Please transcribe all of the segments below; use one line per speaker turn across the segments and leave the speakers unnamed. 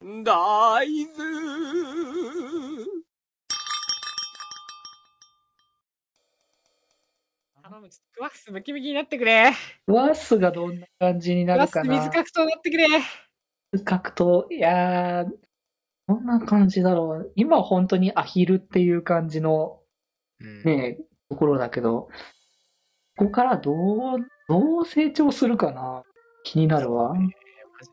大豆
頼む、ちょっとクワックスムキムキになってくれ。
ワースがどんな感じに
ク
な
ワ
る
ック
か
ス
な。
水格闘になってくれ。
格闘、いやー、どんな感じだろう。今本当にアヒルっていう感じの
うん
ね、ところだけど、ここからどう、どう成長するかな。気になるわ。
マジ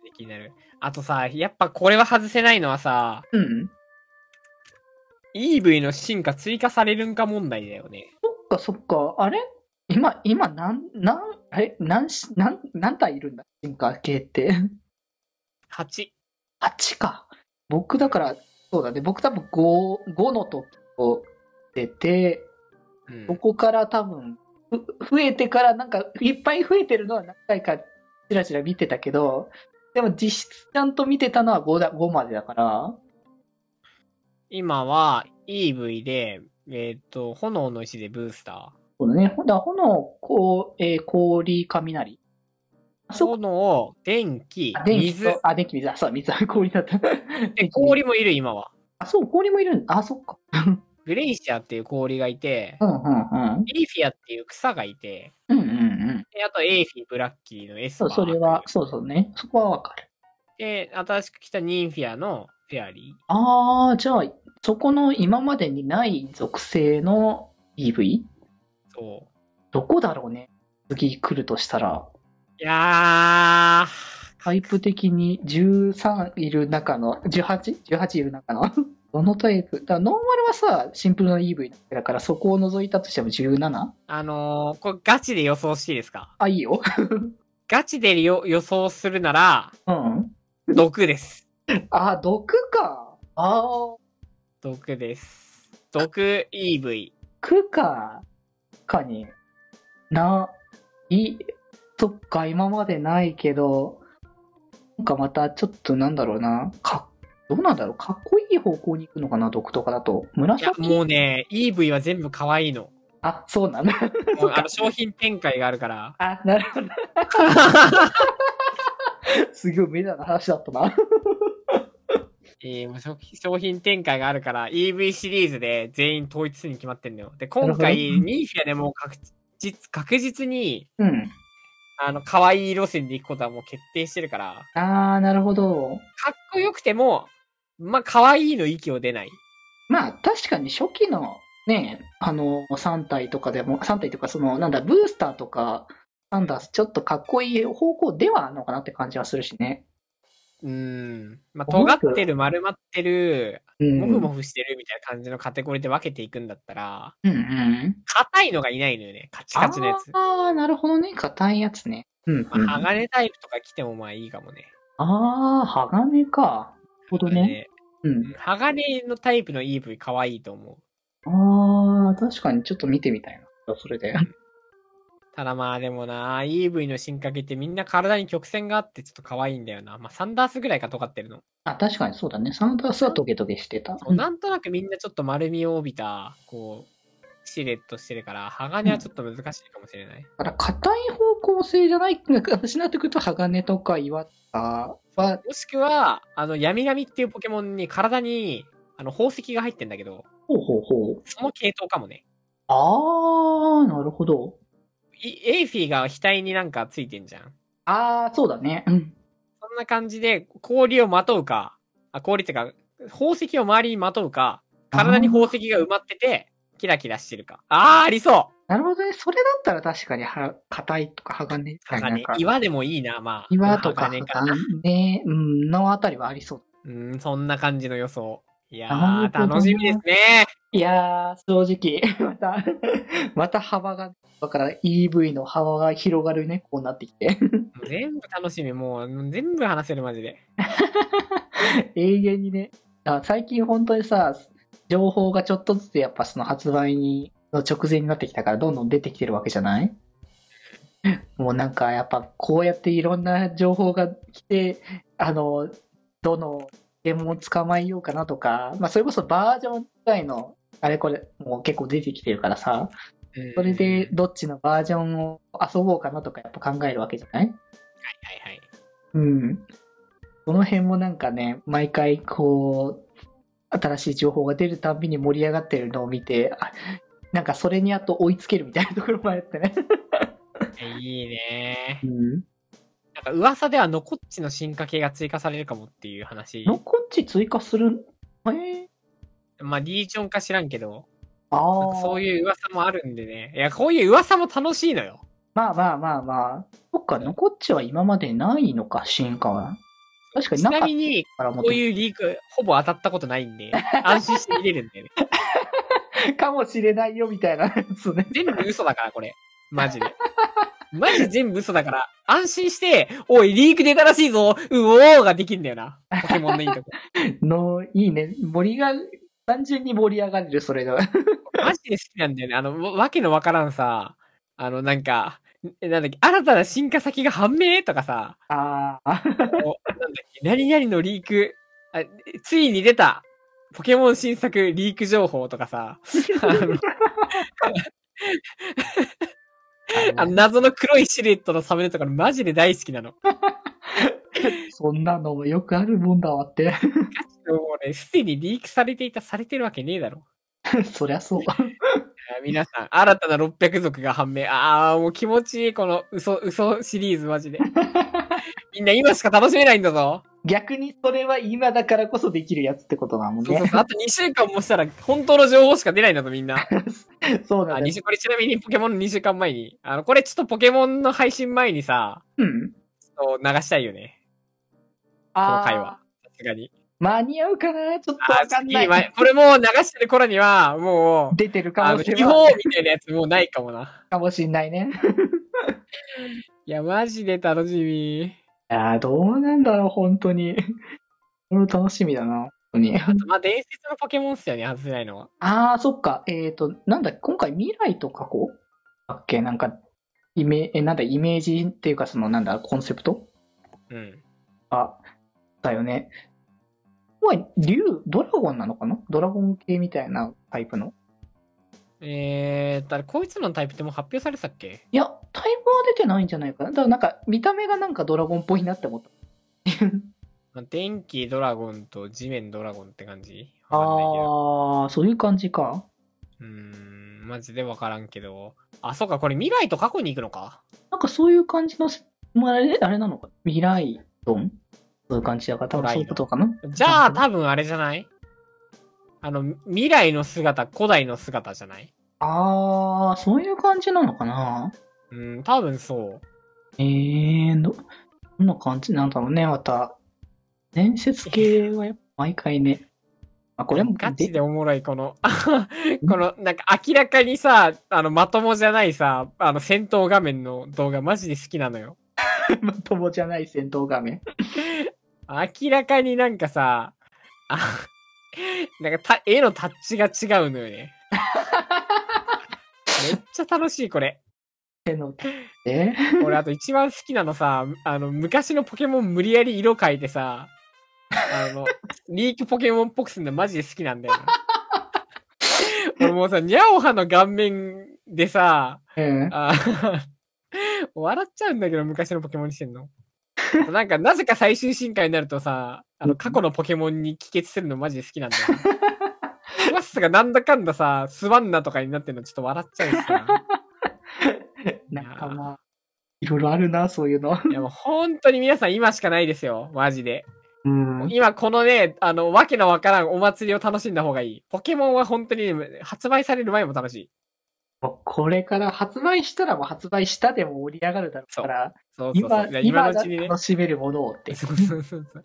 で気になる。あとさ、やっぱこれは外せないのはさ、
うん。
EV の進化追加されるんか問題だよね。
そっかそっか、あれ今、今、なん、なん、あれ何し、なん、何体いるんだ進化系って。
8。
8か。僕だから、そうだね。僕多分5、5の時を出て、
うん
ここから多分、ふ増えてからなんか、いっぱい増えてるのは何回かちらちら見てたけど、でも実質ちゃんと見てたのは 5, だ5までだから、
今は EV で、えっ、と、炎の石でブースタ
そうだね。ほんだ炎、こう、えー氷、雷。あ、
ー。
そうか。
炎、電気
あ、電気と
水。
あ、電気、水。あ、そう、水は氷だった。
で、氷もいる、今は。
あ、そう、氷もいるんだ。あ、そっか。
グレイシアっていう氷がいて
う、ん、うん、うん。
エーフィアっていう草がいて、
うん、うん、うん。
であとエーフィ、ブラッキーのエス
そ
パー。
う、それは、そうそうね。そこはわかる。
で、新しく来たニンフィアのフェアリー。
あー、じゃあ、そこの今までにない属性の EV?
そ
どこだろうね。次来るとしたら、
う。いやー、
タイプ的に13いる中の、18?18 いる中の。 どのタイプだからノーマルはさ、シンプルな EV だから、そこを除いたとしても 17?
あのー、これガチで予想していいですか
あ、いいよ。
ガチでよ予想するなら、
うん。
毒です。
あ、毒か。あー、
毒です。毒 EV。
苦か。かに。な、い、そっか、今までないけど、なんかまたちょっとなんだろうな、か、どうなんだろう、かっこいい方向に行くのかな、毒とかだと。
いや、
紫
もうね、EV は全部可愛いの。
あ、そうなんだ。
もうあの商品展開がある から。
あ、なるほど。すごいメジャーな話だったな。
えーもう商品商品展開があるから、EV シリーズで全員統一するに決まってんのよ。で、今回、
なる
ニ
ほ
ーフ
ど
ィアでもう確実、確実に、
うん。
あの、可愛い路線で行くことはもう決定してるから、
あー、なるほど。
かっこよくても、まあ、可愛いの域を出ない。
まあ、確かに初期のね、あの、3体とかでも、3体とか、その、なんだ、ブースターとか、サンダース、ちょっとかっこいい方向ではあるのかなって感じはするしね。
うーん。まあ、
思う
尖ってる、丸まってる、
うん。
もふもふしてるみたいな感じのカテゴリーで分けていくんだったら、
うんうん。
硬いのがいないのよね。カチカチのやつ。
あー、なるほどね。硬いやつね。うん、うん。
まあ、鋼タイプとか来てもまあいいかもね。
あー、鋼か。なるほどね。
ね
うん。
鋼のタイプの EV 可愛いと思う。
あー、確かにちょっと見てみたいな。それで。
ただまあでもな、EV の進化系ってみんな体に曲線があってちょっと可愛いんだよな。まあサンダースぐらいか尖ってるの。
あ、確かにそうだね。サンダースはトゲトゲしてた。
そうなんとなくみんなちょっと丸みを帯びた、こう、シルエットしてるから、鋼はちょっと難しいかもしれない。
だから硬い方向性じゃない形になってくると鋼とか岩とかは
もしくは、あの、闇神っていうポケモンに体に、あの、宝石が入ってんだけど、
ほうほうほう
その系統かもね。
あーなるほど
いエイフィが額になんかついてんじゃん。
あーそうだねうん
そんな感じで、氷をまとうか、あ氷ってか、宝石を周りにまとうか、体に宝石が埋まってて、キラキラしてるか。あー、ありそう
なるほどねそれだったら確かには硬いとか鋼みたいなな
鋼
んか
岩でもいいな、まあ。
岩とか
鋼か。
ねうんのあたりはありそう
うーん、そんな感じの予想。いや
なる
ー、
ほどな
楽しみですね。
いやー正直 またまた幅がだから EV の幅が広がるねこうなってきて
もう全部楽しみ、もう全部話せる、マジで。
永遠にねあ最近本当にさ情報がちょっとずつやっぱその発売にの直前になってきたからどんどん出てきてるわけじゃない もうなんかやっぱこうやっていろんな情報が来てあのどのポケモンを捕まえようかなとか、まあ、それこそバージョン自体のあれこれもう結構出てきてるからさ
うん
それでどっちのバージョンを遊ぼうかなとかやっぱ考えるわけじゃない
はいはい。
うん。この辺もなんかね、毎回こう、新しい情報が出るたんびに盛り上がってるのを見て、あなんかそれにあと追いつけるみたいなところもあってね。
いいね
うん。
なんか噂ではノコッチの進化系が追加されるかもっていう話。
ノコッチ追加するえー、
まあ、リージョンか知らんけど、なん
あ
か
あ。
そう
う。
いう噂もあるんでね。いや、こういう噂も楽しいのよ。
まあまあまあまあ。そっか、ノコッチは今までないのか、進化は。確かに
ち
なかっ
な
た
みに、
からも
こ
と
ういうリーク、ほぼ当たったことないん で、安心して見れるんでね。
かもしれないよみたいなや つね。
全部嘘だから、これ。マジで。マジで全部嘘だから、安心して、おい、リーク出たらしいぞ、うおーができんだよな。ポケモンのいいとこ。
の、いいね。森が、単純に盛り上がれる、それが。
マジで好きなんだよね。あの、わわけのわからんさ、あの、なんか、んなんだっけ、新たな進化先が判明とかさ、
ああ。
なんだっけ、何々のリーク、あついに出た、ポケモン新作リーク情報とかさ、あのあの謎の黒いシルエットのサムネとかマジで大好きなの。
そんなのもよくあるもんだわって。
もうね、すでにリークされていた、されてるわけねえだろ。
そりゃそう。
あ皆さん、新たな600族が判明。ああ、もう気持ちいい、この嘘、嘘シリーズマ ジで。みんな今しか楽しめないんだぞ。
逆にそれは今だからこそできるやつってことだもん
そうそう
ね。
そう。あと2週間もしたら、本当の情報しか出ないんだぞ、みんな。
そう
あ
なんだ
二
よ。
週これちなみにポケモンの2週間前に。あの、これちょっとポケモンの配信前にさ、
うん。
ちょっと流したいよね。この回は
ああ。。
さすがに。
間に合うかなちょっと
あ
わ
ー、
か
す
ん
っき
な
り前
い。
これもう流してる頃には、もう、
出てる
あ
か
の、
もしれ
秘
な
宝
い。
みたいなやつもうないかもな。
かもしんないね。
いや、マジで楽しみ。
ああ、どうなんだろう、本当に。これ楽しみだな、本当に。
あと、まあ、伝説のポケモンっすよね、外せないのは。
ああ、そっか。えっ、と、なんだ、今回未来と過去だっけなんか、イメえ、なんだ、イメージっていうか、その、なんだ、コンセプト
うん。
あ、だよね。まあ、竜、ドラゴンなのかなドラゴン系みたいなタイプの。
えーっと、あれこいつらのタイプってもう発表されてたっけ
いや、タイプは出てないんじゃないかな。だからなんか、見た目がなんかドラゴンっぽいなって思った。
まあ電気ドラゴンと地面ドラゴンって感じわかんないけど。
ああ、そういう感じか。
うーん、マジでわからんけど。あ、そうか、これ未来と過去に行くのか。
なんかそういう感じの、まあ、あれあれなのか。未来ドンそういう感じだから、多分そういうことかな。
じゃあ、
うん
多分あれじゃないあの、未来の姿、古代の姿じゃない
ああ、そういう感じなのかな。
うん、多分そう。
えー、ど、どんな感じなんだろうね、また。伝説系はやっぱ毎回ね。あ、これも
ガ
で
チでおもろい、この、 この、なんか明らかにさ、あの、まともじゃないさ、あの、戦闘画面の動画マジで好きなのよ。
まともじゃない戦闘画面。
明らかになんかさ、あ、なんかた絵のタッチが違うのよね。めっちゃ楽しい、これ。
手の、え
俺、あと一番好きなのさ、あの、昔のポケモン無理やり色変えてさ、あの、リークポケモンっぽくすんのマジで好きなんだよな。俺もうさ、ニャオハの顔面でさ、
うん。
あ 笑っちゃうんだけど、昔のポケモンにしてんの。あとなんか、なぜか最終進化になるとさ、あの、過去のポケモンに帰結するのマジで好きなんだよ。スワッスがなんだかんださ、スワンナとかになってんのちょっと笑っちゃうしさ。
なんかまあ、いろいろあるな、そういうの。
いやもう本当に皆さん今しかないですよ、マジで。
うん。
今このね、あの、わけのわからんお祭りを楽しんだ方がいい。ポケモンは本当にね発売される前も楽しい。
もうこれから発売したらもう発売したでも盛り上がるだろうから、
そうそうそう。
今
いや、
今
のう
が
ちにね。
楽しめるものをって。
そうそうそうそう。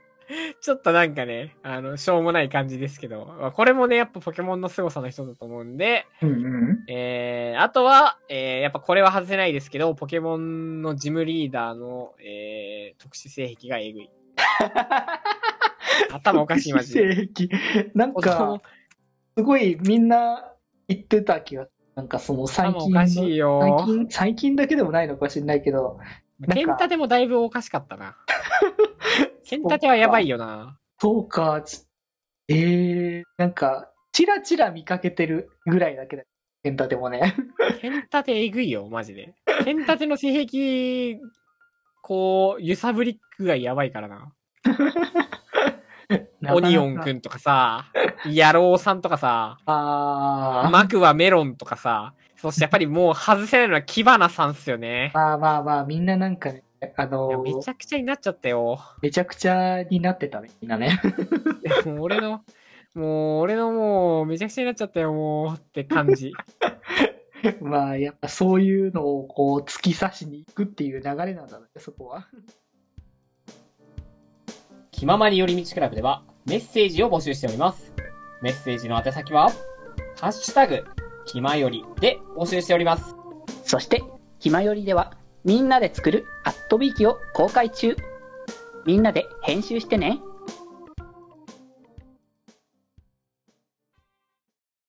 ちょっとなんかね、あの、しょうもない感じですけど、まあこれもね、やっぱポケモンの凄さの人だと思うんで、
うんうん。
えー、あとは、えー、やっぱこれは外せないですけど、ポケモンのジムリーダーの、えー、特殊性癖がえ ぐい。頭おかしい、マジで。
正義なん
子供
か、すごいみんな言ってた気がなんかその最
頭お
近
か
の、
しい
最
よ。
近、最近だけでもないのかもしれないけど、なんか
ケンタでもだいぶおかしかった な。ケンタではやばいよな。
そうか、ちえー、なんか、チラチラ見かけてるぐらいだけだ。エンタでもね。
ケンタテえぐいよ、マジで。ケンタテの性癖、こう、揺さぶり具合やばいからな。
なかなか
オニオンくんとかさ、野郎さんとかさ、
あー、
マクはメロンとかさ、そしてやっぱりもう外せないのはキバナさんっすよね。
まあまあまあ、みんななんかね、あ
いや
の
めちゃくちゃになっちゃったよ。
めちゃくちゃになってたね、みんなね。
いやもう俺の、もう俺のもうめちゃくちゃになっちゃったよ、もうって感じ。
まあ、やっぱそういうのをこう、突き刺しに行くっていう流れなんだね、そこは。
気ままに寄り道クラブではメッセージを募集しております。メッセージの宛先は、ハッシュタグ、気まよりで募集しております。
そして、ひまよりでは、みんなで作るアットビーキを公開中。みんなで編集してね。